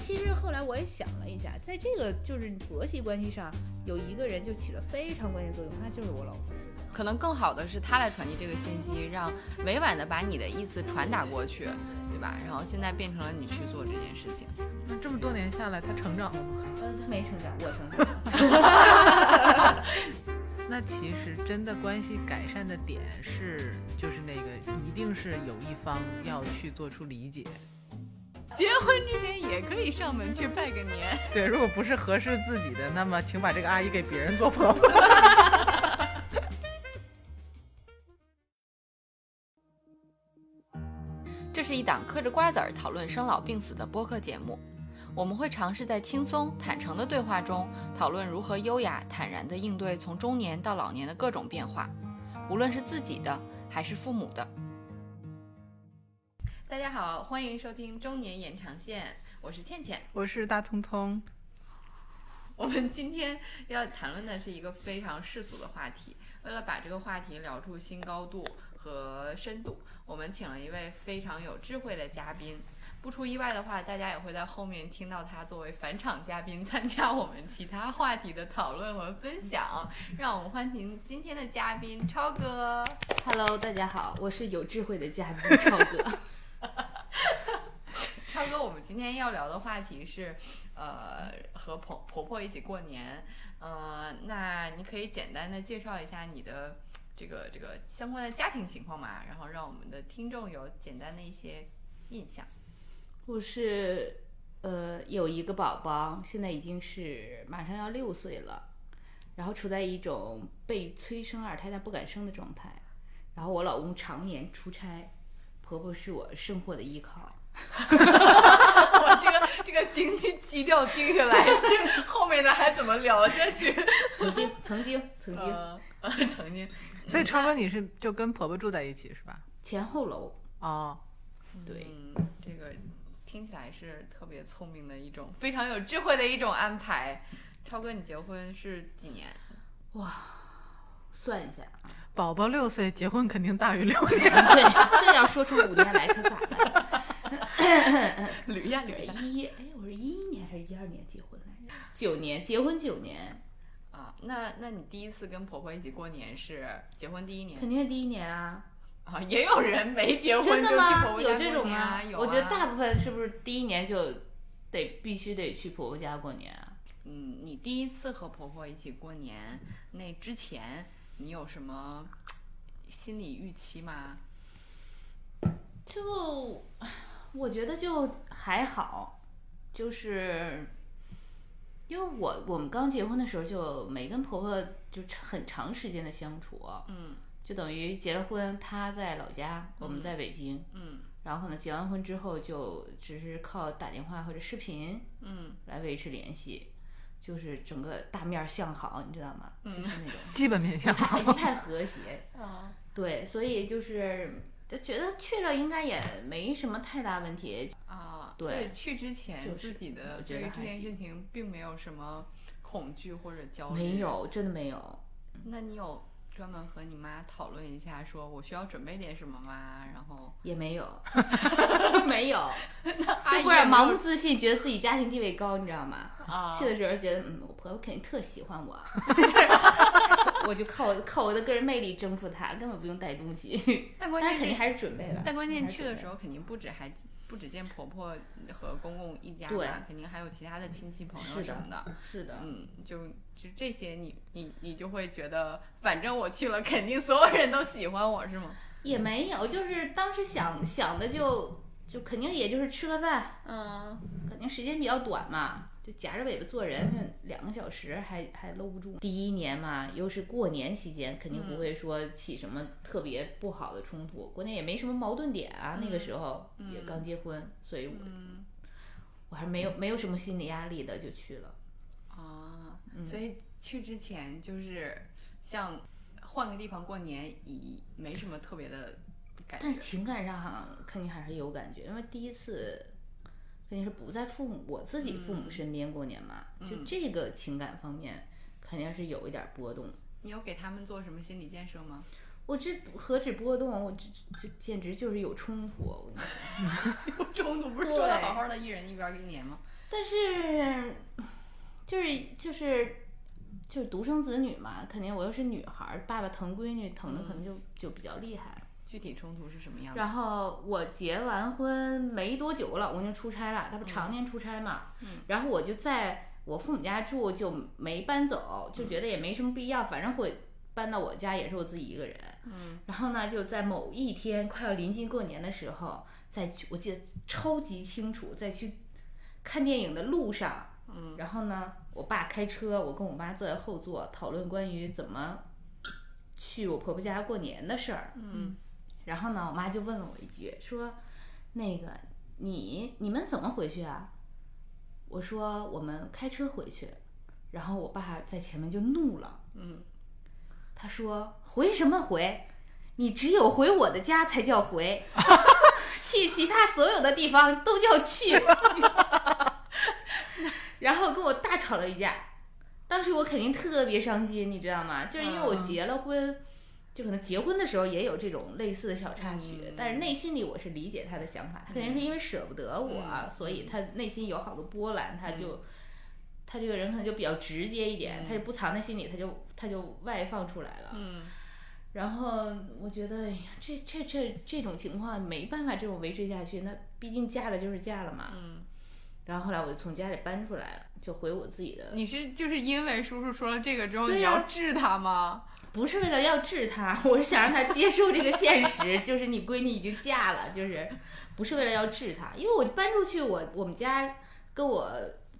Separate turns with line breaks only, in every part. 其实后来我也想了一下，在这个就是婆媳关系上，有一个人就起了非常关键作用，那就是我老公。
可能更好的是他来传递这个信息，让委婉的把你的意思传达过去，对吧？然后现在变成了你去做这件事情。
那这么多年下来，他成长了吗？
呃，他没成长，我成长了。
那其实真的关系改善的点是，就是那个一定是有一方要去做出理解。
结婚之前也可以上门去拜个年。
对，如果不是合适自己的，那么请把这个阿姨给别人做婆婆。
这是一档嗑着瓜子儿讨论生老病死的播客节目，我们会尝试在轻松坦诚的对话中，讨论如何优雅坦然地应对从中年到老年的各种变化，无论是自己的还是父母的。大家好，欢迎收听《中年延长线》，我是倩倩。
我是大聪聪，
我们今天要谈论的是一个非常世俗的话题。为了把这个话题聊出新高度和深度，我们请了一位非常有智慧的嘉宾。不出意外的话，大家也会在后面听到他作为返场嘉宾参加我们其他话题的讨论和分享。让我们欢迎今天的嘉宾超哥。
Hello，大家好，我是有智慧的嘉宾超哥。
超哥，我们今天要聊的话题是，呃，和婆婆婆一起过年。呃，那你可以简单的介绍一下你的这个这个相关的家庭情况嘛，然后让我们的听众有简单的一些印象。
我是呃有一个宝宝，现在已经是马上要六岁了，然后处在一种被催生二胎但不敢生的状态。然后我老公常年出差，婆婆是我生活的依靠。
我这个这个定基调定下来，这后面的还怎么聊下 去？
曾经，曾经，曾经，
呃，呃曾经
所以超哥你是就跟婆婆住在一起是吧？
前后楼。
哦，
对
嗯，这个听起来是特别聪明的一种，非常有智慧的一种安排。超哥，你结婚是几年？
算一下，
宝宝六岁，结婚肯定大于六年。
对，这要说出五年来可咋了？
捋一下，捋一下
一哎，我是一一年还是一二年结婚来着？九年，结婚九年，
啊。那那你第一次跟婆婆一起过年是结婚第一年
肯定是第一年啊。
啊？也有人没结婚
真的
就去婆
吗？
婆家
这
过
种
年啊？
吗？
有啊
我觉得大部分是不是第一年就得必须得去婆婆家过年啊？
嗯，你第一次和婆婆一起过年那之前，你有什么心理预期吗？
就我觉得就还好，就是因为我我们刚结婚的时候就没跟婆婆就很长时间的相处，
嗯
就等于结了婚，她在老家，我们在北京，
嗯
然后呢结完婚之后就只是靠打电话或者视频，
嗯，
来维持联系，就是整个大面儿相好，你知道吗？就是那种。
基本面 相。
还不太和谐。
啊，
对，所以就是就觉得去了应该也没什么太大问题。
啊，
对
所以去之前、
就是
自己的
我
对
觉
于
得
这
还
件
行
事情并没有什么恐惧或者焦虑。
没。有，真的没有。
那你有专门和你妈讨论一下，说我需要准备点什么吗？然 后
也没有，没有，
阿姨
不然
有没有
盲目自信，觉得自己家庭地位高，你知道吗？
啊，
去的时候觉得，嗯，我婆婆肯定特喜欢我， 就是我就靠我靠我的个人魅力征服她，根本不用带东西。
但关
但是
键
肯定
是
还是准备了。
但关键去的
候。
时候肯定不止还不止见婆婆和公公一家
对
嘛，肯定还有其他的亲戚朋友
是
什
的
么的。
是的，
嗯，就就这些你，你你就会觉得，反正我去了，肯定所有人都喜欢我，是吗？
也没有，就是当时想想的就就肯定也就是吃个饭，
嗯，
肯定时间比较短嘛，就夹着尾巴做人，就两个小时还还搂不住。第一年嘛，又是过年期间，肯定
嗯
不会说起什么特别不好的冲突，关键也没什么矛盾点啊。那个时候
嗯
也刚结婚，所以我
嗯
我还没有没有什么心理压力的就去了。
啊，
嗯
所以去之前就是像换个地方过年，以没什么特别的感
但是
觉。
情感上哈肯定还是有感觉，因为第一次肯定是不在父母我自己父母身边过年嘛，就这个情感方面肯定是有一点波动。
你有给他们做什么心理建设吗？
我这何止波动，我这这这简直就是有冲突。我跟你说
有冲突不是说的好好的一人一边儿一年吗？
但是就是就是就是独生子女嘛，肯定我又是女孩儿，爸爸疼闺女疼的可能就、就比较厉害。
具体冲突是什么样的？
然后我结完婚没多久，我老公就出差了，他不常年出差嘛，
嗯
然后我就在我父母家住，就没搬走，
嗯
就觉得也没什么必要，反正我搬到我家也是我自己一个人。
嗯，
然后呢，就在某一天快要临近过年的时候，再去，我记得超级清楚，在去看电影的路上，
嗯，
然后呢，我爸开车，我跟我妈坐在后座讨论关于怎么去我婆婆家过年的事儿，
嗯，
然后呢，我妈就问了我一句，说那个你你们怎么回去啊？我说我们开车回去，然后我爸在前面就怒了，
嗯，
他说回什么回？你只有回我的家才叫回， 去其他所有的地方都叫去。 然后跟我大吵了一架，当时我肯定特别伤心，你知道吗？就是因为我
嗯
结了婚，就可能结婚的时候也有这种类似的小插曲，
嗯
但是内心里我是理解他的想法，他肯定是因为舍不得我，
嗯
所以他内心有好多波澜，他就。他这个人可能就比较直接一点，
嗯
他就不藏在心里，他就他就外放出来了。
嗯
然后我觉得，哎呀，这这这这种情况没办法，这种维持下去，那毕竟嫁了就是嫁了嘛。
嗯，
然后后来我就从家里搬出来了，就回我自己的，
你是就是因为叔叔说了这个之后，
对
你
呀
要治他吗？
不是为了要治他， 我是想让他接受这个现实，就是你闺女已经嫁了，就是不是为了要治他，因为我搬出去，我我们家跟我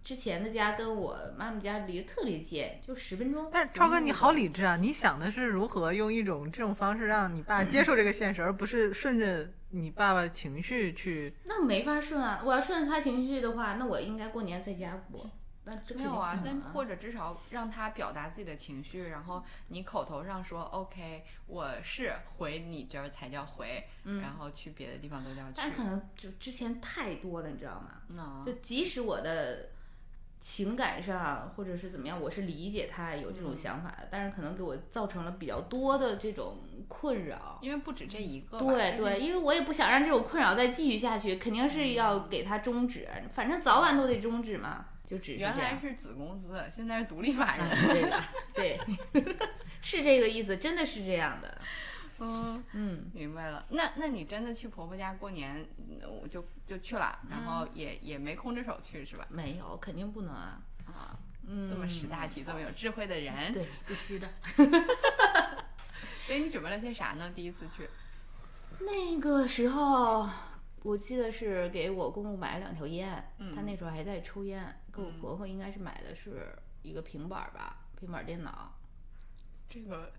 之前的家跟我妈妈家离得特别近，就十分钟。
但是超哥你好理智啊，你想的是如何用一种这种方式让你爸接受这个现实，而不是顺着你爸爸情绪去。
那没法顺啊！我要顺着他情绪的话，那我应该过年在家过。
嗯
那这
没有啊
肯，定
但
不可能
或者至少让他表达自己的情绪，然后你口头上说 OK，我是回你这儿才叫回，
嗯
然后去别的地方都叫去嗯
但。是可能就之前太多了，你知道吗？
那
就即使我的情感上或者是怎么样，我是理解他有这种想法的，但是可能给我造成了比较多的这种困扰。嗯
因为不止这一个吧，
对
就是
对，因为我也不想让这种困扰再继续下去，肯定是要给他终止，反正早晚都得终止嘛，就只是这
原来
样。
是子公司，现在是独立法
哎
人。
对的， 对，是这个意思，真的是这样的。
嗯，
嗯，
明白了。那那你真的去婆婆家过年，嗯我就就去了，然后也、也没空着手去是吧？
没有，肯定不能啊。
啊，
嗯，
这么识大体，这么有智慧的人，
对，必须的。
所以你准备了些啥呢？第一次去，
那个时候，我记得是给我公公买了两条烟，
嗯
他那时候还在抽烟，给我
嗯
婆婆应该是买的是一个平板儿吧，平板儿电脑。
这个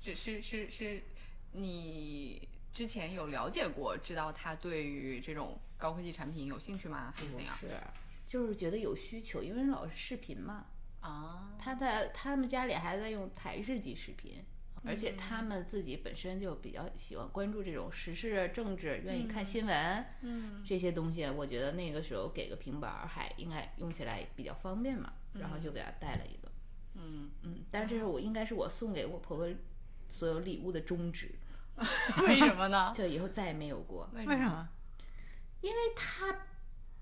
只是是是你之前有了解过，知道他对于这种高科技产品有兴趣吗？还是
不
怎样？
是，就是觉得有需求，因为老是视频嘛，
啊，
他在他们家里还在用台式机视频。
嗯
而且他们自己本身就比较喜欢关注这种时事、政治，愿意看新闻，
嗯
这些东西，我觉得那个时候给个平板儿还应该用起来比较方便嘛，然后就给他带了一个，
嗯，
嗯，但是这是我应该是我送给我婆婆所有礼物的宗旨，
嗯 为什么呢？
就以后再也没有过，
为啊
为什？么？
因为她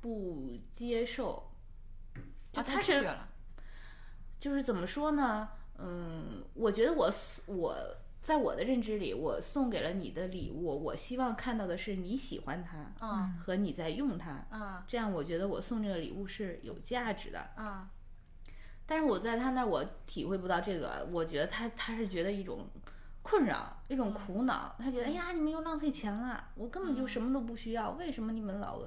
不接受，就
啊，
她
他
是
去了，
就是怎么说呢？嗯，我觉得我送我在我的认知里，我送给了你的礼物，我希望看到的是你喜欢它
嗯
和你在用它，
嗯
这样我觉得我送这个礼物是有价值的。
嗯
但是我在他那儿我体会不到这个，我觉得他他是觉得一种困扰，一种苦恼。他觉得哎呀，你们又浪费钱了，我根本就什么都不需要，为什么你们老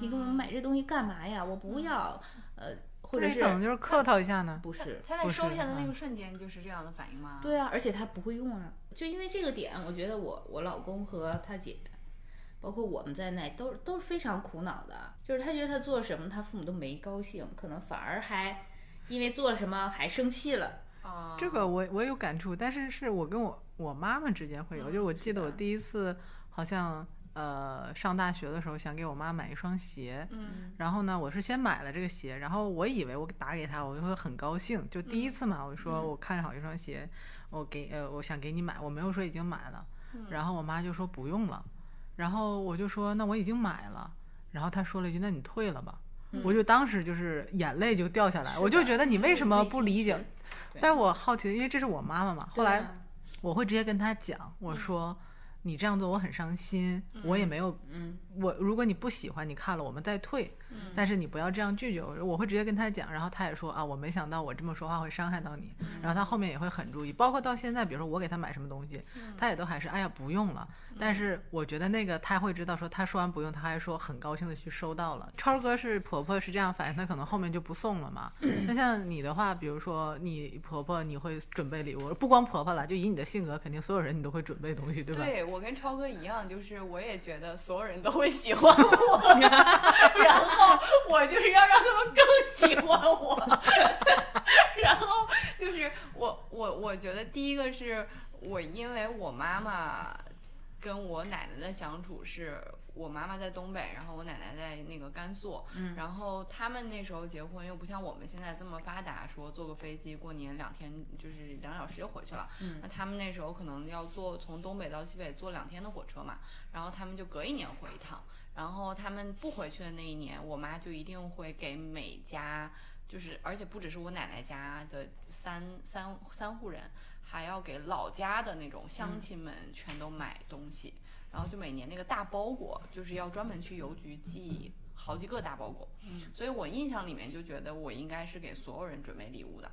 你给我们买这东西干嘛呀？我不要，呃，或者
这
是哦
等于就是客套一下呢。
不是？
他在
不
收
是
下的那
嗯
个瞬间就是这样的反应吗？
对啊，而且他不会用啊，就因为这个点，我觉得我我老公和他姐。包括我们在内，都都是非常苦恼的。就是他觉得他做什么，他父母都没高兴，可能反而还因为做了什么还生气了。
啊，
这个我我有感触，但是是我跟我我妈妈之间会有，
嗯
就我记得
是
我
吧
第一次好像呃上大学的时候想给我妈买一双鞋，
嗯
然后呢我是先买了这个鞋，然后我以为我打给她我就会很高兴，就第一次嘛，我就说
嗯
我看好一双鞋，我给呃我想给你买，我没有说已经买了，
嗯
然后我妈就说不用了，然后我就说那我已经买了，然后她说了一句那你退了吧，
嗯
我就当时就是眼泪就掉下来，我就觉得你为什么不理解？但是我好奇，因为这是我妈妈嘛。后
啊
来
啊
我会直接跟她讲，
嗯
我说。你这样做我很伤心，我也没有，
嗯，
我如果你不喜欢，你看了我们再退，
嗯
嗯
但是你不要这样拒绝我，我会直接跟他讲，然后他也说啊，我没想到我这么说话会伤害到你，然后他后面也会很注意，包括到现在，比如说我给他买什么东西，他也都还是哎呀不用了，但是我觉得那个他会知道说他说完不用，他还说很高兴的去收到了。超哥是婆婆是这样反应，他可能后面就不送了嘛。那像你的话，比如说你婆婆你会准备礼物，不光婆婆了，就以你的性格，肯定所有人你都会准备东西，对吧？
对我跟超哥一样，就是我也觉得所有人都会喜欢我， 然后我就是要让他们更喜欢我， 然后就是我我我觉得第一个是我因为我妈妈跟我奶奶的相处是。我妈妈在东北，然后我奶奶在那个甘肃，
嗯
然后他们那时候结婚又不像我们现在这么发达，说坐个飞机过年两天就是两小时就回去了，那他们那时候可能要坐从东北到西北坐两天的火车嘛，然后他们就隔一年回一趟。然后他们不回去的那一年，我妈就一定会给每家，就是而且不只是我奶奶家的三三三户人，还要给老家的那种乡亲们全都买东西。然后就每年那个大包裹，就是要专门去邮局寄好几个大包裹。嗯，所以我印象里面就觉得我应该是给所有人准备礼物的。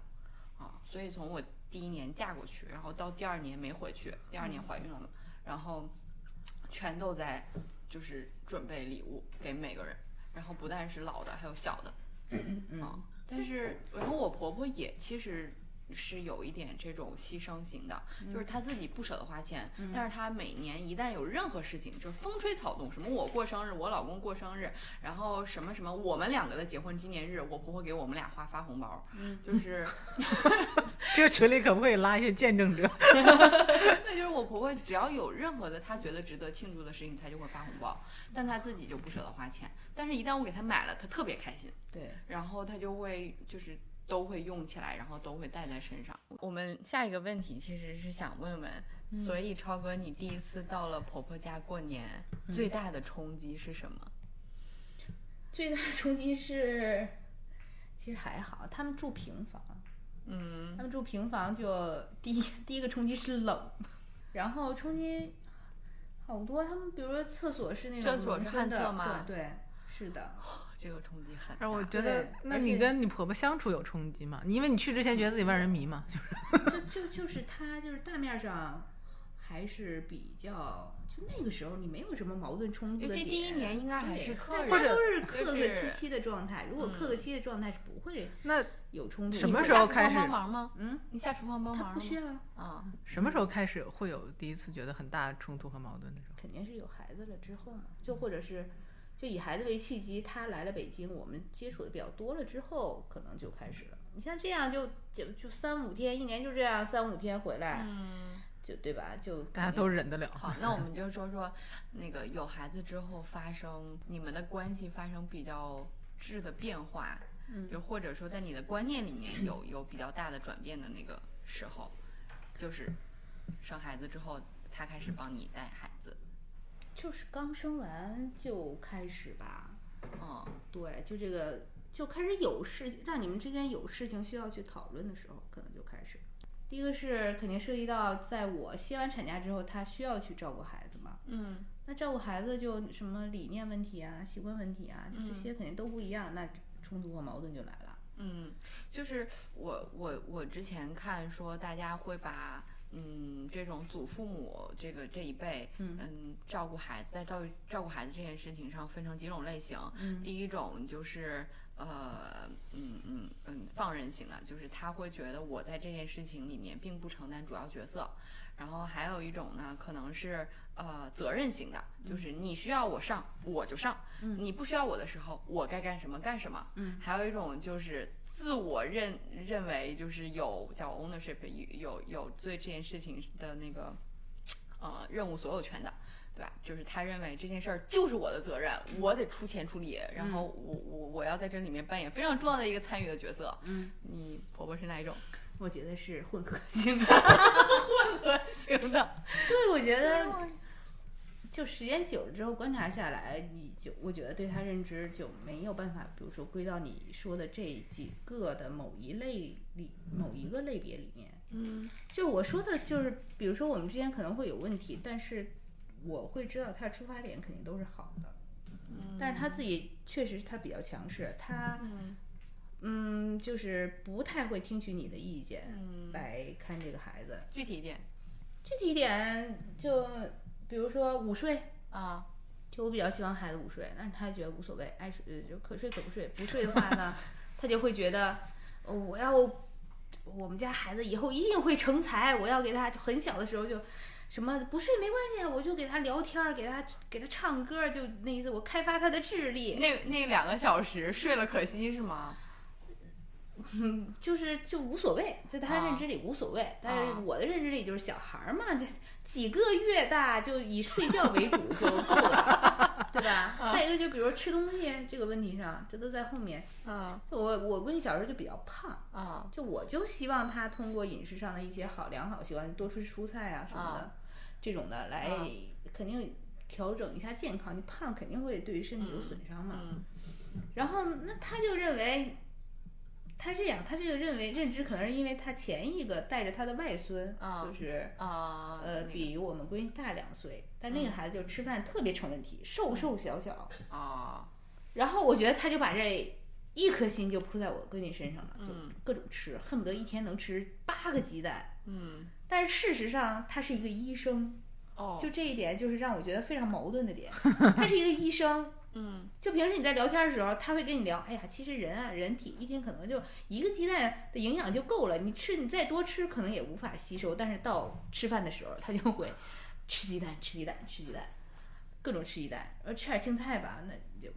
啊，所以从我第一年嫁过去，然后到第二年没回去，第二年怀孕了嘛，然后全都在就是准备礼物给每个人，然后不但是老的，还有小的，嗯，但是然后我婆婆也其实。是有一点这种牺牲型的，就是她自己不舍得花钱，但是她每年一旦有任何事情，就是风吹草动，什么我过生日，我老公过生日，然后什么什么我们两个的结婚纪念日，我婆婆给我们俩花发红包，就是
这个群里可不可以拉一些见证者？
对，就是我婆婆只要有任何的她觉得值得庆祝的事情，她就会发红包，但她自己就不舍得花钱。但是，一旦我给她买了，她特别开心，
对，
然后她就会就是都会用起来，然后都会带在身上。我们下一个问题其实是想问问，
嗯
所以超哥，你第一次到了婆婆家过年，
嗯
最大的冲击是什么？
最大的冲击是，其实还好，他们住平房，
嗯
他们住平房就第一第一个冲击是冷，然后冲击好多，他们比如说厕所是那种
厕所是
农村的
旱厕吗
对对，是的，
这个冲击很大。
然后我觉
对
得，那
而
你
且
跟你婆婆相处有冲击吗？你因为你去之前觉得自己万人迷嘛，
嗯
就是
就就就是他就是大面上还是比较，就那个时候你没有什么矛盾冲突
尤
的
其第一
点
年应该还
对
是客
大
人，
家都是
就
客客
是嗯
气气的状态，如果客客气气的状态是不会
那
有冲突的。
什么
你
时候
下厨
开
房
始
帮忙吗？
嗯，
你下厨房帮忙
他
了
不
吗？
需要啊，
啊，
什么时候开始会有第一次觉得很大的冲突和矛盾的时候？
肯定是有孩子了之后嘛，就或者是就以孩子为契机，他来了北京，我们接触的比较多了之后，可能就开始了。你像这样就就就三五天，一年就这样三五天回来，
嗯。
就对吧？就
大家
肯定
都忍得了。
好，那我们就说说那个有孩子之后发生你们的关系发生比较质的变化，
嗯
就或者说在你的观念里面有有比较大的转变的那个时候，就是生孩子之后，他开始帮你带孩子，
就是刚生完就开始吧，
嗯，
对，就这个就开始有事，让你们之间有事情需要去讨论的时候，可能就开始了。第一个是肯定涉及到，在我歇完产假之后，他需要去照顾孩子嘛。
嗯
那照顾孩子就什么理念问题啊、习惯问题啊，就这些肯定都不一样，那冲突和矛盾就来了。
嗯，就是我我我之前看说大家会把。嗯，这种祖父母这个这一辈，
嗯
照顾孩子在照育照顾孩子这件事情上分成几种类型，
嗯
第一种就是呃，嗯嗯嗯，放任型的，就是他会觉得我在这件事情里面并不承担主要角色。然后还有一种呢，可能是呃责任型的，就是你需要我上我就上，
嗯
你不需要我的时候，我该干什么干什么。
嗯，
还有一种就是自我认认为就是有叫 ownership，有有有对这件事情的那个呃任务所有权的，对吧？就是他认为这件事儿就是我的责任，
嗯
我得出钱出力，然后我我我要在这里面扮演非常重要的一个参与的角色。
嗯，
你婆婆是哪一种？
我觉得是混合型的。
混合型的。
对，我觉得就时间久了之后观察下来，你就我觉得对他认知就没有办法，比如说归到你说的这几个的某一类里某一个类别里面。
嗯
就我说的，就是比如说我们之间可能会有问题，但是我会知道他的出发点肯定都是好的，但是他自己确实他比较强势，他
嗯
嗯就是不太会听取你的意见
嗯，
来看这个孩子。
具体一点
具体一点，就比如说午睡，
啊，
就我比较希望孩子午睡，但是他觉得无所谓，爱睡呃就可睡可不睡，不睡的话 呢，他就会觉得呃我要我们家孩子以后一定会成才，我要给他就很小的时候就什么不睡没关系，啊，我就给他聊天儿，给他给他唱歌儿，就那意思，我开发他的智力，
那那两个小时睡了可惜是吗？
就是就无所谓，在他
啊
认知里无所谓，但是
啊
我的认知里就是小孩儿嘛，这几个月大就以睡觉为主就够了，对吧？
啊
再一个就比如吃东西这个问题上，这都在后面。
嗯
我我闺女小时候就比较胖，
啊
就我就希望她通过饮食上的一些好良好习惯，多吃蔬菜啊什么的，
啊
这种的来、
啊
肯定调整一下健康。你胖肯定会对于身体有损伤嘛。
嗯
然后那他就认为，他这样，他这个认为认知可能是因为他前一个带着他的外孙，
啊
就是
啊
呃比我们闺女大两岁，但
嗯
那个孩子就吃饭特别成问题，瘦瘦小小。
啊
然后我觉得他就把这一颗心就扑在我闺女身上了，就
嗯
各种吃，恨不得一天能吃八个鸡蛋。
嗯
但是事实上，他是一个医生，
哦
就这一点就是让我觉得非常矛盾的 点。他是一个医生，
嗯
就平时你在聊天的时候，他会跟你聊，哎呀，其实人啊，人体一天可能就一个鸡蛋的营养就够了，你吃你再多吃可能也无法吸收。但是到吃饭的时候，他就会吃鸡蛋，吃鸡蛋，吃鸡蛋，各种吃鸡蛋，呃，吃点青菜吧，那你就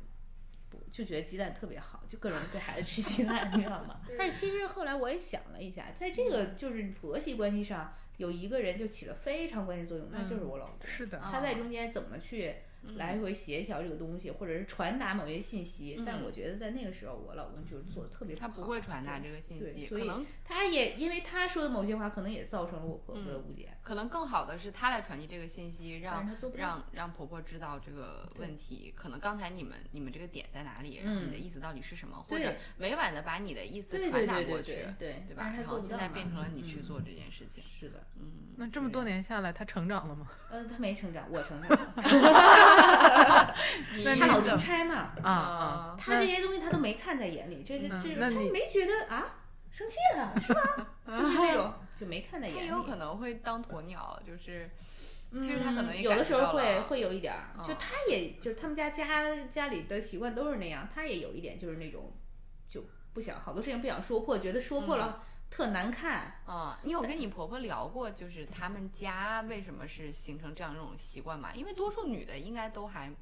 不就觉得鸡蛋特别好，就各种给孩子吃鸡蛋，你知道吗？但是其实后来我也想了一下，在这个就是婆媳关系上，有一个人就起了非常关键作用，那就是我老公。
是的，
他在中间怎么去
嗯
来回协调这个东西，或者是传达某些信息。但我觉得在那个时候，我老公就是做的特别不
嗯他
好，
不会传达这个信
对
息，
所
可
以
能
他也因为他说的某些话，可能也造成了我婆婆的误解。
可能更好的是他来传递这个信息，
但
嗯让
是他做不到
让让婆婆知道这个问题。可能刚才你们你们这个点在哪里，然后你的意思到底是什么，或
嗯对
者委婉的把你的意思
对
传
对
达
对对
过去，
对对，
对吧？
但是
然
他做
后
不
现
到
在
嘛
变成了你去
嗯
做这件事情，
是 的，
嗯，
那这么多年下来，他成长了吗？
呃，他没成长，我成 长了。
你
那
他老
你
出差嘛，
啊啊，
啊
呃他这些东西他都没看在眼里，这这
嗯
这，
那
他
你
没觉得啊生气了是吧？ 就是那种就没看在
他
眼
也
里。
有可能会当鸵鸟，就是其实他可能
嗯
也
有的
感
时
觉
候
到
会
了啊
会有一点儿，就
嗯
他也就是他们家家家里的习惯都是那样，他也有一点就是那种就不想好多事情不想说破，觉得说破
嗯
了特难看。
啊、你有跟你婆婆聊过，就是他们家为什么是形成这样一种习惯吗？因为多数女的应该都还，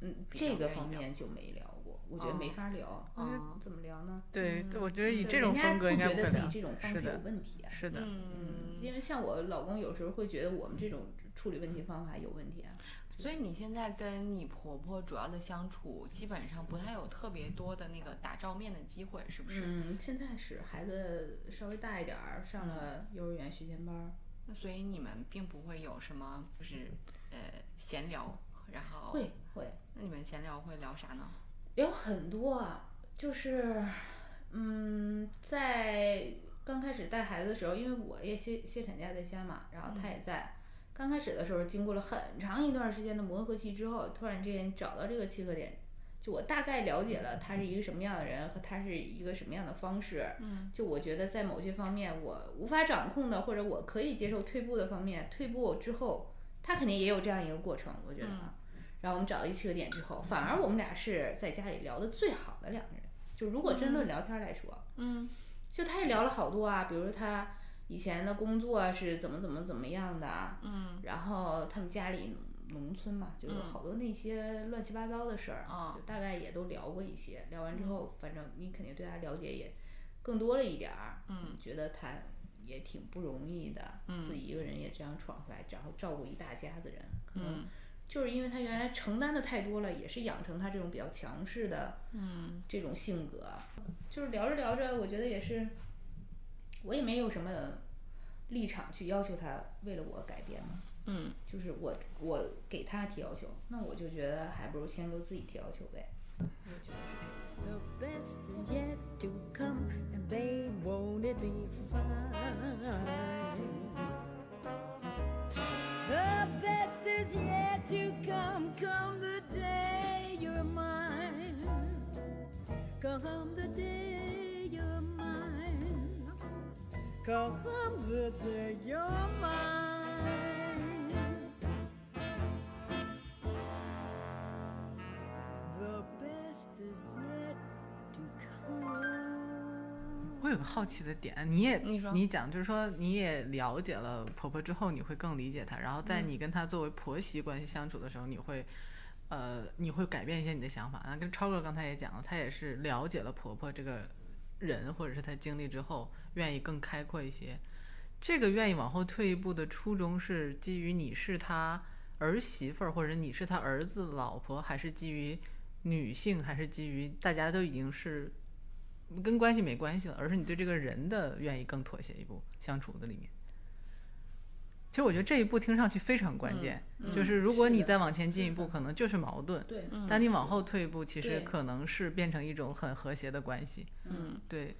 嗯，
比较
这个
愿意
方
聊
面就没聊过，我觉得没
哦
法聊，
嗯
怎么聊呢？
对，
嗯
对我觉得以
就
这种
人家
风格应该
不觉
会
得自
聊
己。这种方
是
式有
的
问题啊。
是的，
嗯，
嗯，
因为像我老公有时候会觉得我们这种处理问题方法有问题啊。
所以你现在跟你婆婆主要的相处，基本上不太有特别多的那个打照面的机会，是不是？
嗯，现在是孩子稍微大一点儿，
嗯
上了幼儿园学前班儿，
那所以你们并不会有什么就是呃闲聊，然后
会会。
那你们闲聊会聊啥呢？
有很多啊，就是，嗯，在刚开始带孩子的时候，因为我也歇歇产假在家嘛，然后他也在。刚开始的时候，经过了很长一段时间的磨合期之后，突然之间找到这个契合点，就我大概了解了他是一个什么样的人和他是一个什么样的方式。
嗯，
就我觉得在某些方面我无法掌控的，或者我可以接受退步的方面，退步之后，他肯定也有这样一个过程，我觉得啊。然后我们找到一契合点之后，反而我们俩是在家里聊的最好的两个人。就如果真论聊天来说，
嗯
就他也聊了好多啊，比如说他以前的工作啊是怎么怎么怎么样的啊，
嗯
然后他们家里农农村嘛，就有好多那些乱七八糟的事儿，
啊嗯
就大概也都聊过一些。聊完之后，反正你肯定对他了解也更多了一点儿，
嗯，
觉得他也挺不容易的，
嗯
自己一个人也这样闯出来，然后照顾一大家子人，可能
嗯
就是因为他原来承担的太多了，也是养成他这种比较强势的
嗯
这种性格。就是聊着聊着，我觉得也是，我也没有什么立场去要求他为了我改变嘛。
嗯嗯，
就是我我给他提要求，那我就觉得还不如先给自己提要求呗。我觉得是这样。
The best is yet to come, and babe, won't it be fine? The best is yet to come, come the day you're mine. Come the day you're mine. Come the day you're mine. The best is yet to come.
我有个好奇的点，你也
你说
讲，就是说你也了解了婆婆之后，你会更理解她，然后
嗯
在你跟她作为婆媳关系相处的时候，你会。呃，你会改变一些你的想法。那跟超哥刚才也讲了，他也是了解了婆婆这个人或者是她经历之后，愿意更开阔一些。这个愿意往后退一步的初衷是基于你是她儿媳妇儿，或者你是她儿子老婆，还是基于女性，还是基于大家都已经是跟关系没关系了，而是你对这个人的愿意更妥协一步相处的里面。其实我觉得这一步听上去非常关键，就是如
嗯
果
是
你
的
再往前进一步，可能就是矛盾；
嗯对，
但你往后退一步，其实
对
可能是变成一种很和谐的关系。
嗯，
对，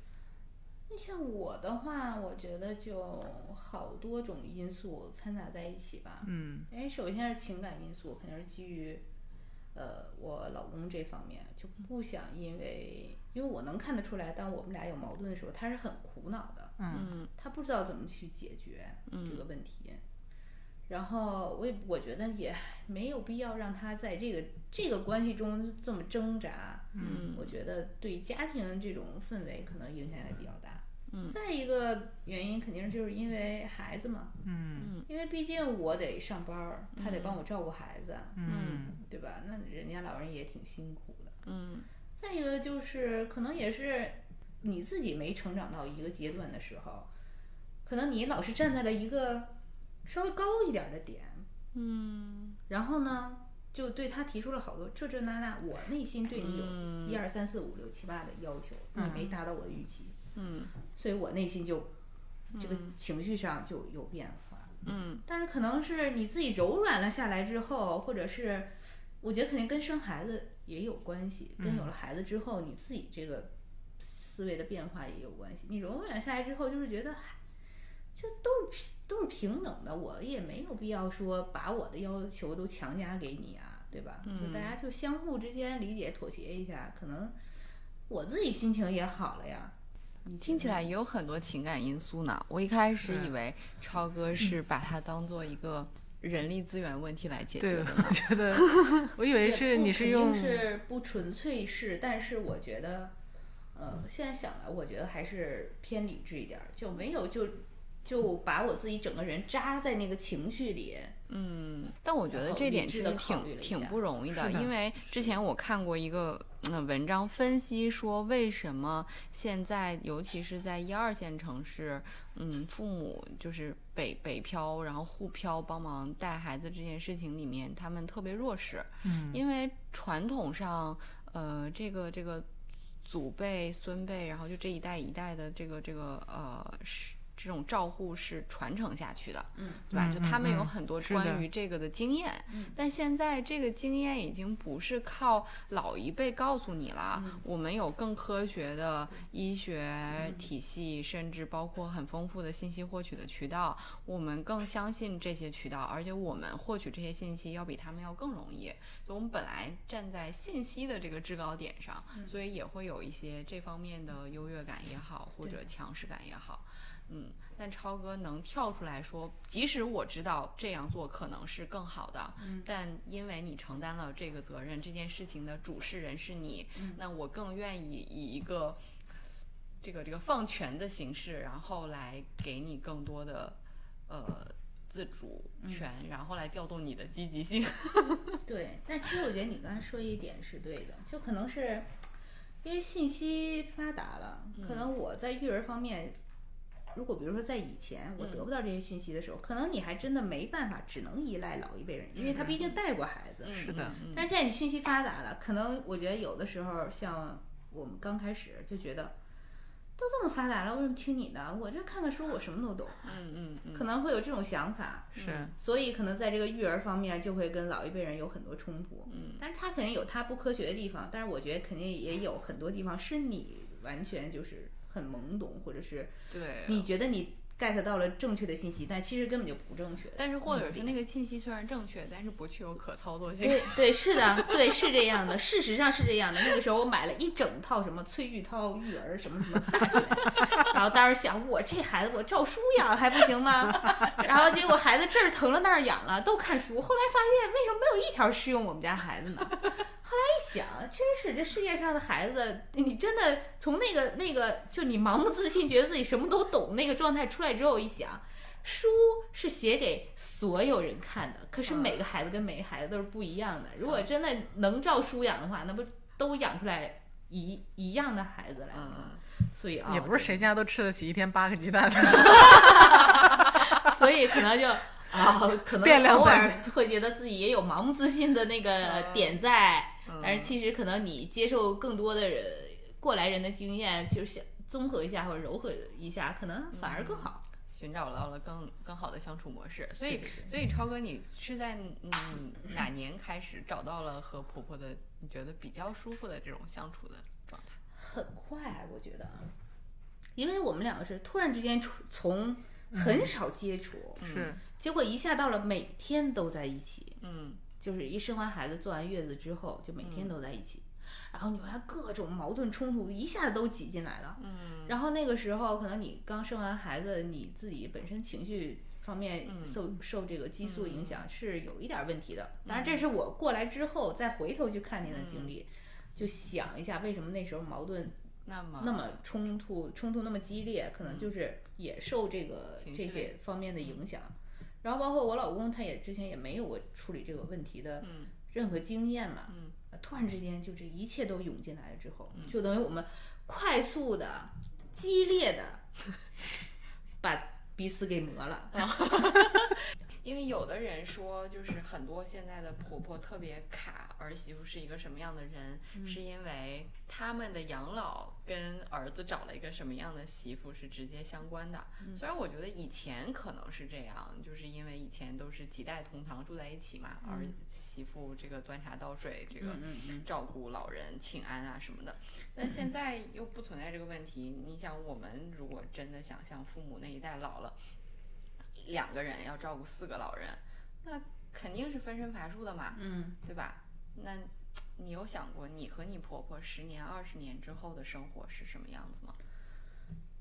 那像我的话，我觉得就好多种因素掺杂在一起吧。
嗯
因为首先是情感因素，肯定是基于，呃，我老公这方面就不想因为，因为我能看得出来，当我们俩有矛盾的时候，他是很苦恼的，
嗯
他不知道怎么去解决这个问题。然后我也我觉得也没有必要让他在这个这个关系中这么挣扎。嗯，我觉得对家庭这种氛围可能影响也比较大。嗯，再一个原因肯定就是因为孩子嘛，
嗯
因为毕竟我得上班儿，他得帮我照顾孩子，
嗯
对吧？那人家老人也挺辛苦的。
嗯
再一个就是，可能也是你自己没成长到一个阶段的时候，可能你老是站在了一个稍微高一点儿的点，
嗯
然后呢，就对他提出了好多这这那那，我内心对你有一二三四五六七八的要求，你没达到我的预期，
嗯
所以我内心就这个情绪上就有变化。
嗯
但是可能是你自己柔软了下来之后，或者是我觉得肯定跟生孩子也有关系，跟有了孩子之后，你自己这个思维的变化也有关系。你柔软下来之后，就是觉得，嗨就都是平都是平等的，我也没有必要说把我的要求都强加给你啊，对吧？就大家就相互之间理解妥协一下，可能我自己心情也好了呀。
听起
嗯
来也有很多情感因素呢。我一开始
是
以为超哥是把它当做一个人力资源问题来解
对，
决
我
的呢。
觉 得，我以为
也
是
不
你
肯
是
定
用
是不纯粹是，但是我觉得，呃，现在想来，我觉得还是偏理智一点儿，就没有就就把我自己整个人扎在那个情绪里。
嗯，但我觉
然
得
后
这
理
点
智
其
地
实
考虑了
挺
一
挺
下
不容易的，
是的
因为之前我看过一个嗯文章分析说，为什么现在尤其是在一二线城市，嗯，父母就是北北漂，然后沪漂帮忙带孩子这件事情里面，他们特别弱势，
嗯
因为传统上，呃，这个这个祖辈、孙辈，然后就这一代一代的这个这个呃是这种照护是传承下去的，
嗯，
对吧？
嗯
就他们有
嗯嗯
很多
是的
关于这个的经验，
嗯
但现在这个经验已经不是靠老一辈告诉你了，
嗯
我们有更科学的医学体系，甚至包括很丰富的信息获取的渠道，我们更相信这些渠道，而且我们获取这些信息要比他们要更容易。就我们本来站在信息的这个制高点上，所以也会有一些这方面的优越感也好，或者强势感也好。嗯，但超哥能跳出来说，即使我知道这样做可能是更好的，
嗯
但因为你承担了这个责任，这件事情的主事人是你，
嗯
那我更愿意以一个这个这个放权的形式，然后来给你更多的呃自主
嗯
权，然后来调动你的积极性。
对，但其实我觉得你刚才说一点是对的，就可能是因为信息发达了，
嗯
可能我在育儿方面。如果比如说在以前
嗯
我得不到这些信息的时候，可能你还真的没办法，只能依赖老一辈人，因为
嗯
他毕竟带过孩子，
是的
嗯，
但是现在你信息发达了，可能我觉得有的时候像我们刚开始就觉得都这么发达了，为什么听你的？我这看看书，我什么都懂，
嗯嗯嗯，
可能会有这种想法，嗯
是
所以可能在这个育儿方面就会跟老一辈人有很多冲突。
嗯，
但是他肯定有他不科学的地方，但是我觉得肯定也有很多地方是你完全就是很懵懂，或者是
对。
你觉得你 get 到了正确的信息，但其实根本就不正确的。
但是或者是那个信息虽然正确，但是不具有可操作
嗯
性。
对对是的，对是这样的，事实上是这样的。那个时候我买了一整套什么崔玉涛育儿什么什么大全，然后当时想我这孩子我照书养还不行吗？然后结果孩子这儿疼了那儿痒了都看书，后来发现为什么没有一条适用我们家孩子呢？后来一想，真是这世界上的孩子，你真的从那个那个就你盲目自信，觉得自己什么都懂那个状态出来之后，一想。书是写给所有人看的，
嗯
可是每个孩子跟每个孩子都是不一样的。如果真的能照书养的话，那不都养出来一一样的孩子来吗？
嗯，
所以啊，
也不是谁家都吃得起一天八个鸡 蛋的。
就，所以可能 就。啊，可能
变量啊
偶
在
尔会觉得自己也有盲目自信的那个点在，
嗯
但是其实可能你接受更多的人过来人的经验，就是想综合一下或者柔和一下，可能反而更好。
寻找到了更更好的相处模式。所以，所以超哥，你是在嗯哪年开始找到了和婆婆的你觉得比较舒服的这种相处的状态？
很快，我觉得，啊因为我们两个是突然之间出从很少接触，
是，
结果一下到了每天都在一起，
嗯
就是一生完孩子、坐完月子之后，就每天都在一起。然后你发现各种矛盾冲突一下子都挤进来了。
嗯
然后那个时候，可能你刚生完孩子，你自己本身情绪方面
嗯
受、受这个激素影响是有一点问题的。当然，
嗯
这是我过来之后再回头去看那段经历，就想一下为什么那时候矛盾
那么
那么冲突冲突那么激烈，可能就是也受这个
嗯情绪嗯
这些方面的影响。然后包括我老公，他也之前也没有我处理这个问题的
嗯
任何经验嘛，
嗯
突然之间就这一切都涌进来了之后，就等于我们快速的、激烈的 把彼此给磨了。
嗯因为有的人说，就是很多现在的婆婆特别卡儿媳妇是一个什么样的人，是因为他们的养老跟儿子找了一个什么样的媳妇是直接相关的。虽然我觉得以前可能是这样，就是因为以前都是几代同堂住在一起嘛，儿媳妇这个端茶倒水，这个
嗯嗯，
照顾老人、请安啊什么的。但现在又不存在这个问题。你想，我们如果真的想像父母那一代老了，两个人要照顾四个老人，那肯定是分身乏术的嘛，
嗯，
对吧？那你有想过你和你婆婆十年、二十年之后的生活是什么样子吗？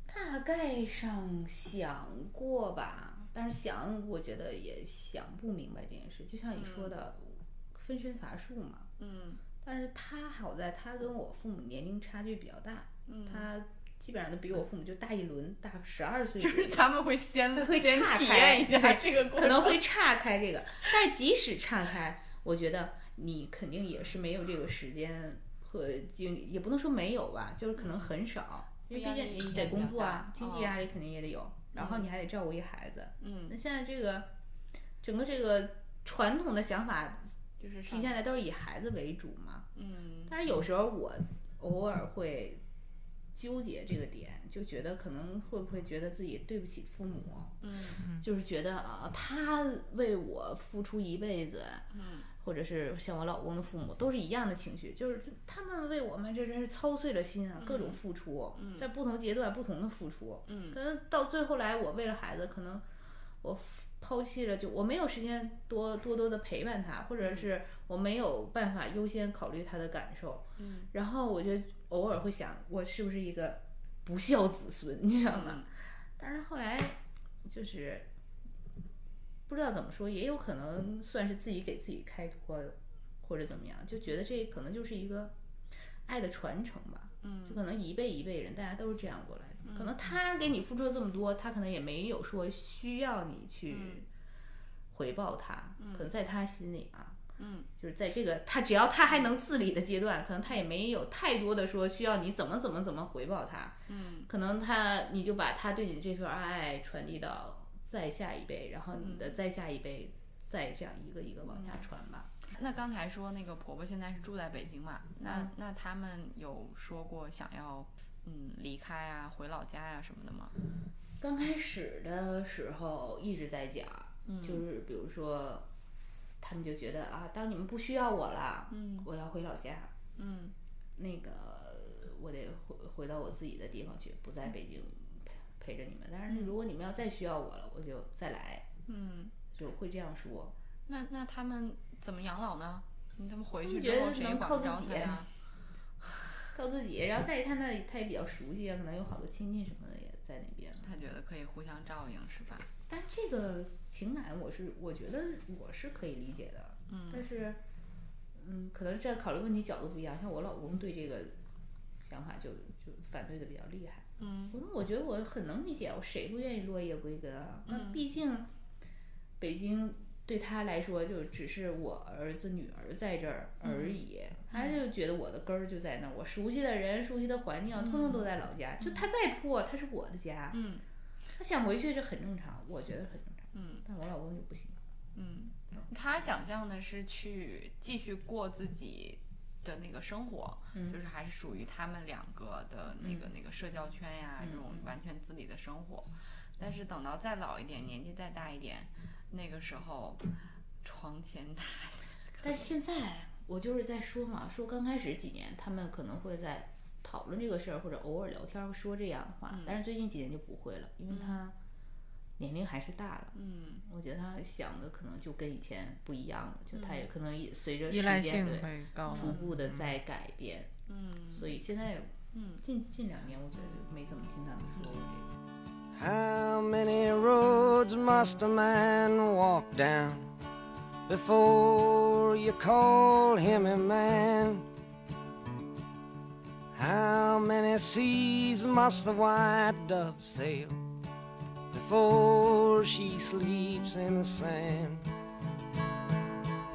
大概上想过吧，但是想我觉得也想不明白这件事，就像你说的，分身乏术嘛。
嗯
但是他好在他跟我父母年龄差距比较大，
嗯，
他基本上都比我父母就大一轮，大十二岁
就
左
是
右，
他们会先
会
先
岔
体
开
验一下这 个过
可
程，
能会岔开这个。但是即使岔开，我觉得你肯定也是没有这个时间和精力，也不能说没有吧，就是可能很少，因为毕
嗯压力
竟你
也
得
比
工
较
作啊
大，
经济
哦
压力肯定也得有，然后你还得照顾一孩子。
嗯，
那现在这个整个这个传统的想法
就是
体
上
现在都是以孩子为主嘛。
嗯
但是有时候我偶尔会纠结这个点，就觉得可能会不会觉得自己对不起父母，
嗯
就是觉得啊，他为我付出一辈子，
嗯，
或者是像我老公的父母都是一样的情绪，就是他们为我们这真是操碎了心啊，各种付出，在不同阶段不同的付出，
嗯
可能到最后来，我为了孩子，可能我 f- 抛弃了，就我没有时间多多多的陪伴他，或
嗯
者是我没有办法优先考虑他的感受，
嗯，
然后我就偶尔会想，我是不是一个不孝子孙，你知道吗？
嗯
但是后来就是不知道怎么说，也有可能算是自己给自己开脱，或者怎么样，就觉得这可能就是一个爱的传承吧。嗯，就可能一辈一辈人，大家都是这样过来的。可
嗯
能他给你付出了这么多，他可能也没有说需要你去
嗯
回报他，可能在他心里啊。
嗯，
就是在这个他只要他还能自理的阶段，可能他也没有太多的说需要你怎么怎么怎么回报他。
嗯，
可能他你就把他对你的这份爱传递到再下一辈，然后你的再下一辈再这样一个一个往下传吧。
那刚才说那个婆婆现在是住在北京嘛？那、
嗯
那他们有说过想要嗯离开啊，回老家呀、什么的吗？
刚开始的时候一直在讲，
嗯
就是比如说，他们就觉得啊，当你们不需要我了，
嗯
我要回老家，
嗯
那个我得回回到我自己的地方去，不在北京陪陪着你们。但是如果你们要再需要我了，我就再来，
嗯，
就会这样说。
那那他们怎么养老呢？嗯他们回
他
去
们
之
觉
后
得
谁
能
也管
靠
不
自
着
己
他呀？
靠自己，然后再一他那里他也比较熟悉啊，可能有好多亲戚什么的也在那边。
他觉得可以互相照应是吧？
但这个情感，我是我觉得我是可以理解的，
嗯
但是，嗯，可能这考虑问题角度不一样。像我老公对这个想法就就反对的比较厉害。
嗯
我说我觉得我很能理解，我谁不愿意落叶归根啊？
嗯
那毕竟北京对他来说就只是我儿子女儿在这儿而已，他就觉得我的根儿就在那儿，我熟悉的人、熟悉的环境，通通都在老家。就他再破，他是我的家，
嗯
他想回去这很正常，我觉得很正常。
嗯
但我老公就不行。
嗯，他想象的是去继续过自己的那个生活，
嗯
就是还是属于他们两个的那个、那个社交圈呀、
嗯
这种完全自理的生活。但是等到再老一点，年纪再大一点，那个时候床 前打
但是现在我就是在说嘛，说刚开始几年他们可能会在讨论这个事儿，或者偶尔聊天儿会说这样的
嗯
话，但是最近几年就不会了，因为他年龄还是大了。
嗯
我觉得他想的可能就跟以前不一样了，就他也可能也随着时
嗯依赖
间
性
对
会高。
逐步的在改变，
嗯，
所以现在嗯近近两年我觉得就没怎么听他们说过这个。
How many roads must a man walk down before you call him a man? How many seas must the white dove sail before she sleeps in the sand?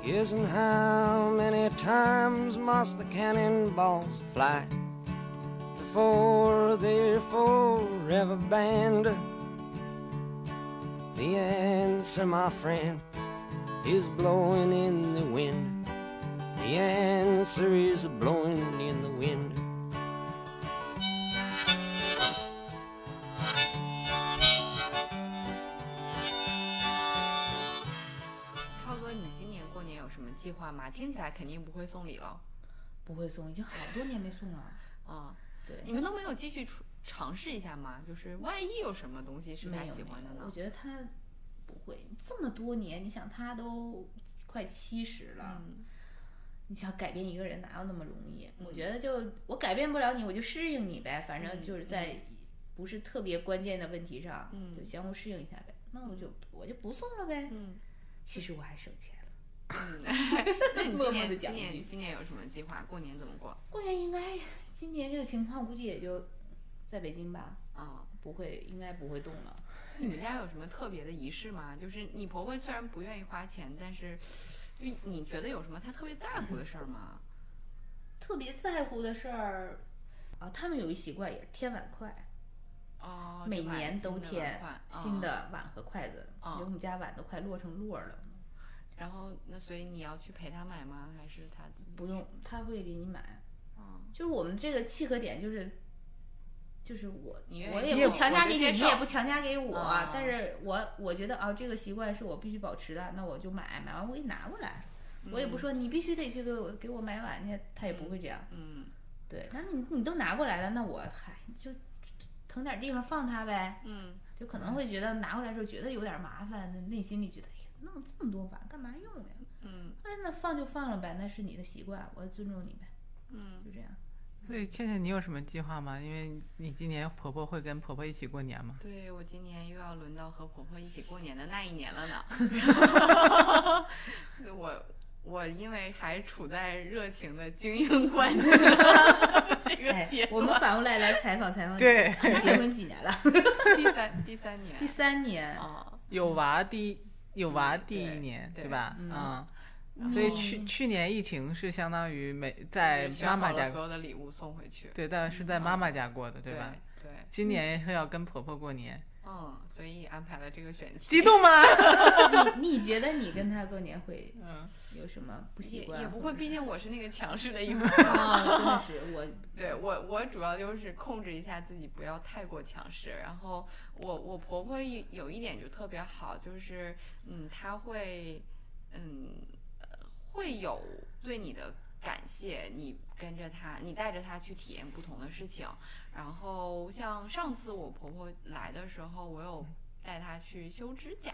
Yes, and how many times must the cannonballs fly? before they're forever banned. The answer, my friend, is blowing in the wind. The answer is blowing in the wind.
超哥，你今年过年有什么计划吗？听起来肯定不会送礼了
不会送，已经好多年没送了。
啊、
对，
你们都没有继续出尝试一下吗？就是万一有什么东西是他
没有
喜欢的
没有
呢嗯
我？觉得他不会，这么多年，你想他都快七十了，
嗯
你想改变一个人哪有那么容易？我觉得就我改变不了你，我就适应你呗，反正就是在不是特别关键的问题上，
嗯
就相互适应一下呗。那我就我就不送了呗。
嗯，
其实我还省钱了，
那你
默默地
今年今
讲一句
年今年有什么计划？过年怎么过？
过年应该今年这个情况估计也就在北京吧，
啊、
不会应该不会动了。
你们家有什么特别的仪式吗？就是你婆婆虽然不愿意花钱，但是就你觉得有什么她特别在乎的事儿吗？
特别在乎的事儿啊，他们有一习惯也是添碗筷。
哦，就
嗯每
买
年
新
都
的碗
添
筷
新。
啊
的碗和筷子，
啊
有我们家碗都快摞成摞儿了。
然后那所以你要去陪她买吗？还是她自己
不用，他会给你买。
啊
就是我们这个契合点就是，就是我
你愿意
我
给
也
我
不强加
我
给
就
你，
接
你
受
也不强加给我，
啊
但是我我觉得啊，这个习惯是我必须保持的，那我就买，买完我给你拿过来。
嗯
我也不说你必须得去给我给我买碗去，他也不会这样。
嗯
对，那你你都拿过来了，那我嗨就腾点地方放它呗。
嗯
就可能会觉得拿回来的时候觉得有点麻烦，那内心里觉得，哎呀，弄这么多碗干嘛用呀？
嗯
哎，那放就放了呗，那是你的习惯，我尊重你呗，
嗯，
就这样。
所以倩倩，你有什么计划吗？因为你今年婆婆会跟婆婆一起过年吗？
对我今年又要轮到和婆婆一起过年的那一年了呢。 我我因为还处在热情的经营关系的 这个
哎
阶，
我们
段，
反过来来采访采访你，
对，
你结婚几年了？
第三第三年
第三年，
啊。
有娃第一有娃第一
对
年，
对
吧？嗯，
然后
所以去去年疫情是相当于没在
选
妈
好
妈
了
家
所，有的礼物送回去，
对，但是在妈妈家过的，对吧？
对，
今年是要跟婆婆过年，
嗯，所以安排了这个选题，
激动吗？
你你觉得你跟他过年会
嗯，
有什么不习
也
惯？
也不会，毕竟我是那个强势的一方。
啊，真 的是我
对我，我主要就是控制一下自己，不要太过强势。然后我我婆婆一有一点就特别好，就是嗯，她会嗯呃会有对你的感谢，你跟着她，你带着她去体验不同的事情。然后像上次我婆婆来的时候，我有带她去修指甲。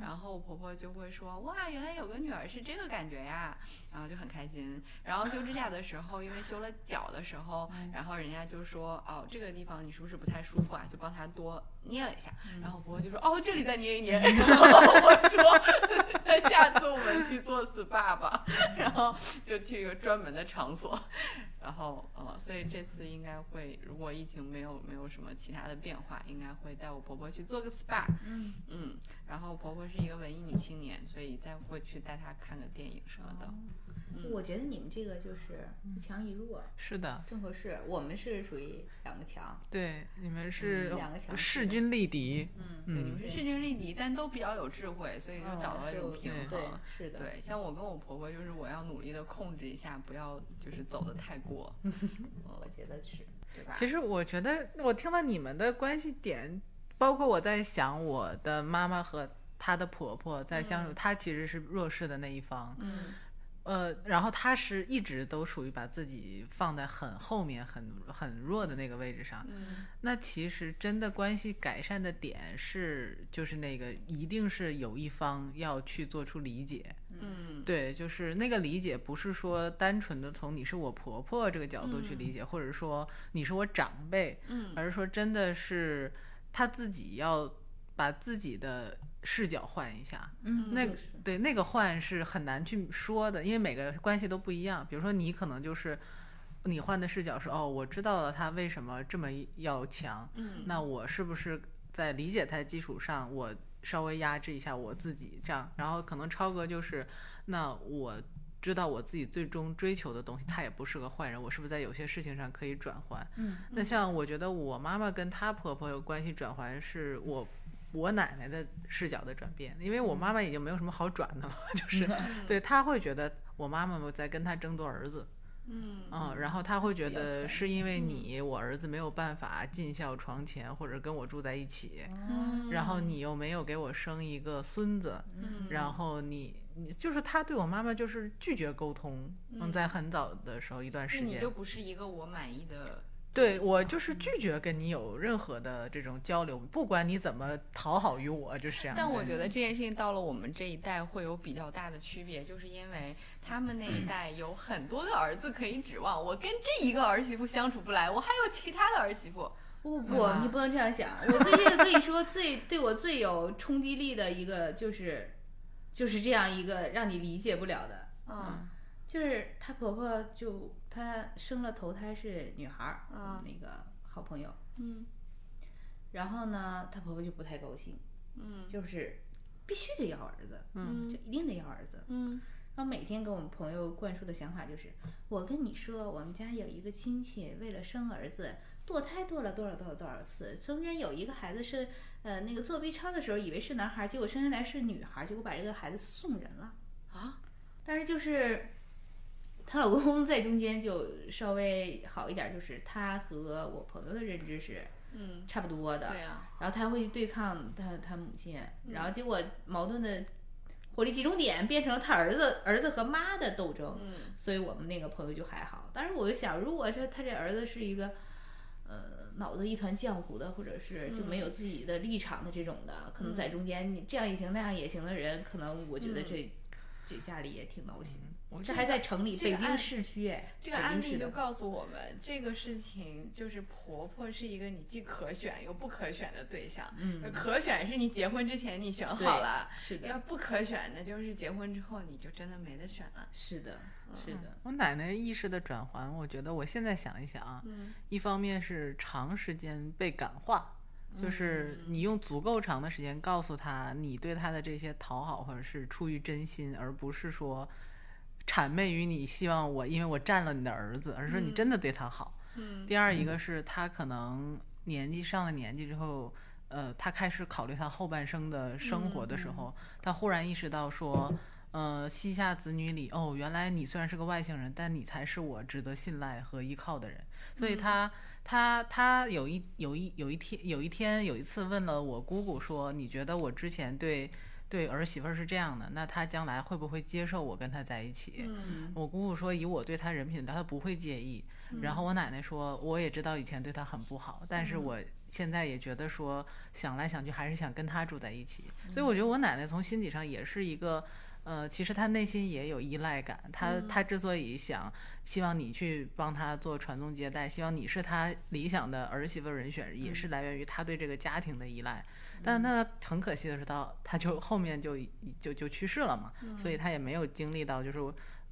然后我婆婆就会说：“哇，原来有个女儿是这个感觉呀！”然后就很开心。然后修指甲的时候，因为修了脚的时候，然后人家就说：“哦，这个地方你是不是不太舒服啊？”就帮她多捏了一下。然后我婆婆就说：“哦，这里再捏一捏。”然后我说：“ 那下次我们去做 SPA 吧。”然后就去一个专门的场所。然后，呃，所以这次应该会，如果疫情没有没有什么其他的变化，应该会带我婆婆去做个 SPA。
嗯
嗯，然后婆婆是一个文艺女青年，所以再会去带她看个电影什么的。嗯
哦我觉得你们这个就是一强一弱，
是的，
正合适。我们是属于两个强，
对，你们是
嗯两个强势
势均力敌，
对，你
嗯
们是势均力敌，但都比较有智慧，所以就
嗯
找到了一种
就
平
对
衡。，
是的，
对，像我跟我婆婆就是，我要努力的控制一下，不要就是走的太 过，呃
我觉得是。
对吧？
其实我觉得，我听了你们的关系点，包括我在想我的妈妈和她的婆婆在相处，她其实是弱势的那一方，
嗯
呃，然后她是一直都属于把自己放在很后面、很很弱的那个位置上。
嗯
那其实真的关系改善的点是，就是那个一定是有一方要去做出理解，
嗯，
对，就是那个理解，不是说单纯的从你是我婆婆这个角度去理解，或者说你是我长辈，
嗯
而是说真的是他自己要把自己的视角换一下。
嗯
那
就
个
是
对那个换是很难去说的，因为每个关系都不一样。比如说你可能就是你换的视角是哦，我知道了他为什么这么要强，
嗯
那我是不是在理解他的基础上，我稍微压制一下我自己，这样，然后可能超哥就是，那我知道我自己最终追求的东西，他也不是个坏人，我是不是在有些事情上可以转换？
嗯，
那像我觉得我妈妈跟她婆婆有关系转换，是我。我奶奶的视角的转变，因为我妈妈已经没有什么好转的了， 就是
嗯
对她会觉得我妈妈在跟她争夺儿子，
嗯
嗯，然后他会觉
比较
得
传
是因为你，我儿子没有办法尽孝床前，或者跟我住在一起，
嗯
然后你又没有给我生一个孙子，
嗯
然后你你就是他对我妈妈就是拒绝沟通，嗯，在很早的时候一段
那
时
你
间
就，不是嗯一个我满意的对
对
象，
我就是拒绝跟你有任何的这种交流，不管你怎么讨好于我，就是这样。
但我
对
觉得这件事情到了我们这一代会有比较大的区别，就是因为他们那一代有很多个儿子可以指望，我跟这一个儿媳妇相处不来，我还有其他的儿媳妇。
不
对
哦不
吧，
你不能这样想。 我最近跟你说最对我最有冲击力的一个就是，就是这样一个让你理解不了的，
嗯
就是她婆婆就她生了头胎是女孩儿，
嗯
那个好朋友，
嗯
然后呢，她婆婆就不太高兴，
嗯
就是必须得要儿子，就
嗯
一定得要儿子。
嗯
然后每天跟我们朋友灌输的想法就是，我跟你说，我们家有一个亲戚为了生儿子堕胎堕了多少多少多少次，中间有一个孩子是呃那个做 B 超的时候以为是男孩，结果生下来是女孩，结果把这个孩子送人了。
啊，
但是就是她老公在中间就稍微好一点，就是她和我朋友的认知是
嗯，
差不多的，
对啊呀、
然后他会对抗他他母亲，然后结果矛盾的火力集中点变成了他儿子儿子和妈的斗争，
嗯
所以我们那个朋友就还好。但是我就想，如果说他这儿子是一个，呃，脑子一团浆糊的，或者是就没有自己的立场的这种的，可
嗯
能在中间你这样也行那样也行的人，可能我觉得这、这家里也挺闹心。
我
这还在城里，
这个
北京
案
市区哎，
这个
北京
案
市
例
的
就告诉我们，这个事情就是婆婆是一个你既可选又不可选的对象。
嗯，
可选是你结婚之前你选
对
好了，
是的
要，不可选那就是结婚之后你就真的没得选了。
是的，
嗯
是的，
我奶奶意识的转换，我觉得我现在想一想啊，
嗯
一方面是长时间被感化，就是你用足够长的时间告诉他你对他的这些讨好或者是出于真心，而不是说谄媚于你，希望我因为我占了你的儿子，而是说你真的对他好。
嗯
第二一个是他可能年纪上了年纪之后，呃，他开始考虑他后半生的生活
嗯
的时候，他忽然意识到说，呃，膝下子女里，哦，原来你虽然是个外星人，但你才是我值得信赖和依靠的人。所以他、
嗯
他他有一有一有一天有一天有一次问了我姑姑说，你觉得我之前对对儿媳妇儿是这样的，那她将来会不会接受我跟她在一起？
嗯
我姑姑说，以我对她人品的，她不会介意。然后我奶奶说，我也知道以前对她很不好，但是我现在也觉得说，想来想去还是想跟她住在一起。所以我觉得我奶奶从心理上也是一个，呃，其实她内心也有依赖感。她她之所以想希望你去帮她做传宗接代，希望你是她理想的儿媳妇人选，也是来源于她对这个家庭的依赖。但那很可惜的是，到她就后面就就就去世了嘛，所以她也没有经历到就是。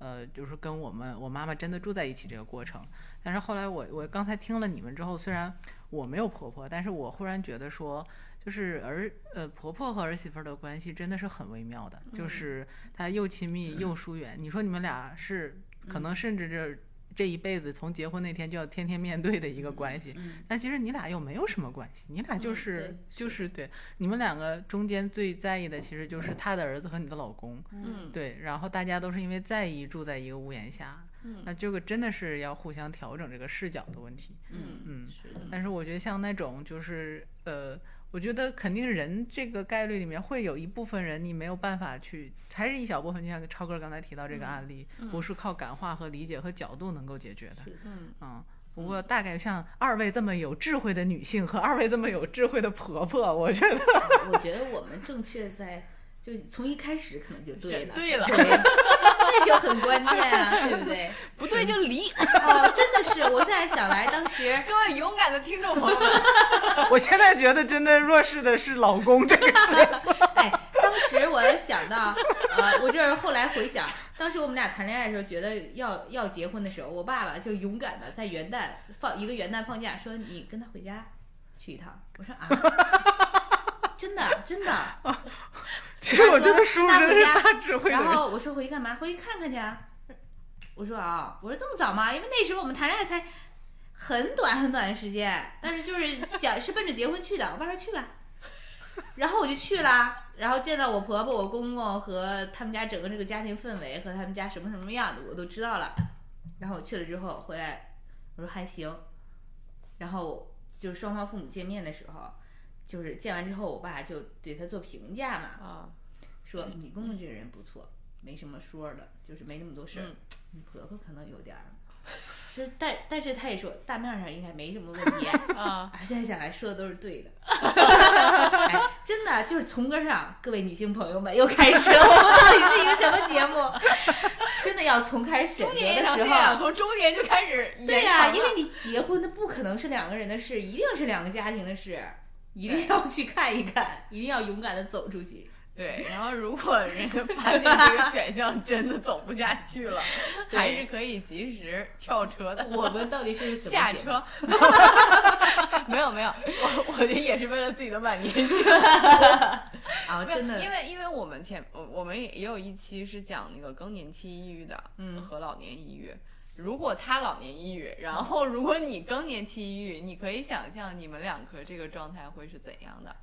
呃，就是跟我们我妈妈真的住在一起这个过程。但是后来我我刚才听了你们之后，虽然我没有婆婆，但是我忽然觉得说，就是儿呃婆婆和儿媳妇儿的关系真的是很微妙的，就是她又亲密又疏远。你说你们俩是可能甚至这。这一辈子从结婚那天就要天天面对的一个关
嗯
系，但其实你俩又没有什么关系，你俩就是、就是对，你们两个中间最在意的其实就是她的儿子和你的老公，
嗯
对，然后大家都是因为在意住在一个屋檐下，
嗯
那这个真的是要互相调整这个视角的问题，
嗯
嗯。
是的，
但是我觉得像那种就是呃，我觉得肯定人这个概率里面会有一部分人你没有办法去，还是一小部分，就像超哥刚才提到这个案例，不是靠感化和理解和角度能够解决的，
嗯
嗯。不过，大概像二位这么有智慧的女性和二位这么有智慧的婆婆，我觉得
我觉得我们正确在就从一开始可能就对了，
对了，
这就很关键啊，对不对？
不对就离。
哦，真的是，我现在想来，当时
各位勇敢的听众朋友们，
我现在觉得真的弱势的是老公这个
哎，当时我想到，呃，我就是后来回想，当时我们俩谈恋爱的时候，觉得要要结婚的时候，我爸爸就勇敢的在元旦放一个元旦放假，说你跟他回家去一趟。我说啊， 真的真的。
其实我觉得叔叔真是大智慧的
然
人。
后我说回去干嘛？回去看看去啊。我说啊、我说这么早吗？因为那时候我们谈恋爱才很短很短的时间，但是就是想是奔着结婚去的。我爸说去吧，然后我就去了，然后见到我婆婆、我公公和他们家整个这个家庭氛围和他们家什么什么样的我都知道了。然后我去了之后回来，我说还行。然后就是双方父母见面的时候，就是见完之后，我爸就对他做评价嘛。
啊，
说你公
嗯
公这个人不错，没什么说的，就是没那么多事儿。你婆婆可能有点儿，就是但但是他也说大面上应该没什么问题。
啊，
啊，现在想来说的都是对的， 哎，真的就是从根儿上，各位女性朋友们又开始了，我们到底是一个什么节目？ 真的要从开始选
中
择
年延
的
长
时
线啊，
候，
从中年就开始延
对呀、
长
因为
了
你结婚，那不可能是两个人的事，一定是两个家庭的事，一定要去看一看，一定要勇敢的走出去。
对，然后如果人家发现这个选项真的走不下去了，还是可以及时跳车的。
我们到底是什么
下
节目
车， 没有没有，我我觉得也是为了自己的晚年性。
啊？
没有
真的，
因为因为我们前我我们也也有一期是讲那个更年期抑郁的，
嗯
和老年抑郁。如果他老年抑郁，然后如果你更年期抑郁，你可以想象你们两个这个状态会是怎样的。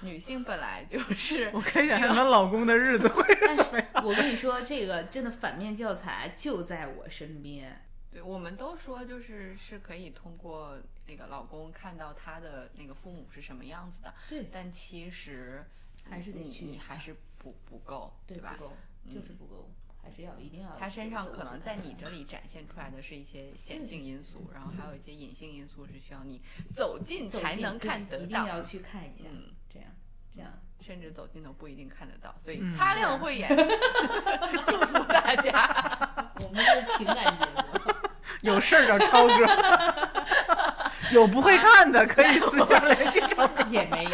女性本来就是
我可以想象你们老公的 日子会
但是 我跟你说，这个真的反面教材就在我身边。
对，我们都说就是是可以通过那个老公看到他的那个父母是什么样子的，
对
但其实
还是得
你
去
你还是不不够，对吧？嗯
不够，就是不够，还是要一定要。
他身上可能在你这里展现出来的是一些显性因素，然后还有一些隐性因素是需要你走近
走
才
进
能
对
看得
一定
到，
要去看一下，
嗯，
这样这样。
甚至走近都不一定看得到，所以
嗯
擦亮慧 眼，祝福大家。
我们是情感节目，
有事儿找超哥，有不会看的可以私下联 系找我。
也没有，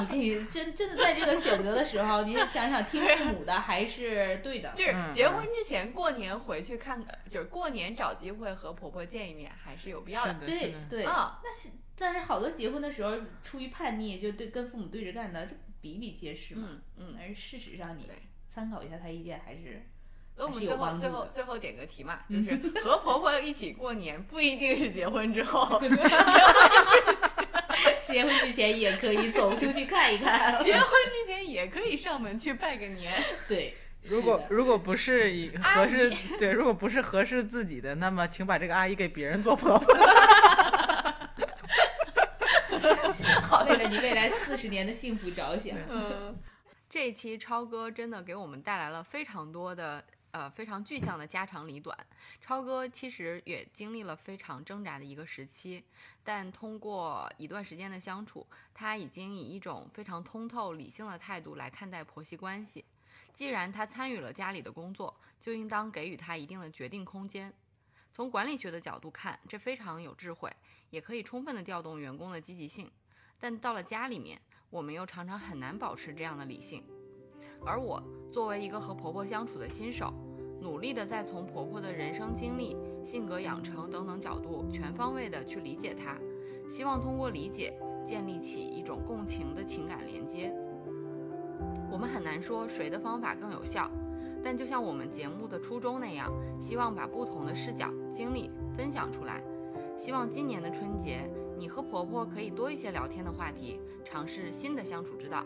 你可以真真的在这个选择的时候，你想想听父母的还是对的。
就是
嗯
结婚之前，过年回去看看，就是过年找机会和婆婆见一面，还是有必要的。
对对，
啊
那是但是好多结婚的时候出于叛逆就对跟父母对着干的，这比比皆是嘛。
嗯嗯，
但是事实上你
对
参考一下他意见还是
那我们
还是
最
有
后
帮助
最后
的
最后点个题嘛， 就是和婆婆一起过年，不一定是结婚之 后，结婚
结婚之前也可以走出去看一 看。
结婚之前也可以上门去拜个年。
对，
如果
是的
如果不是以合适，对，如果不是合适自己的，那么请把这个阿姨给别人做婆婆。
好
为
的，
了你未来四十年的幸福着想，
嗯，这一期超哥真的给我们带来了非常多的呃非常具象的家长里短。超哥其实也经历了非常挣扎的一个时期，但通过一段时间的相处，他已经以一种非常通透理性的态度来看待婆媳关系。既然他参与了家里的工作，就应当给予他一定的决定空间。从管理学的角度看，这非常有智慧，也可以充分的调动员工的积极性。但到了家里面，我们又常常很难保持这样的理性。而我作为一个和婆婆相处的新手，努力的在从婆婆的人生经历、性格养成等等角度全方位的去理解她，希望通过理解建立起一种共情的情感连接。我们很难说谁的方法更有效，但就像我们节目的初衷那样，希望把不同的视角、经历分享出来。希望今年的春节，你和婆婆可以多一些聊天的话题，尝试新的相处之道。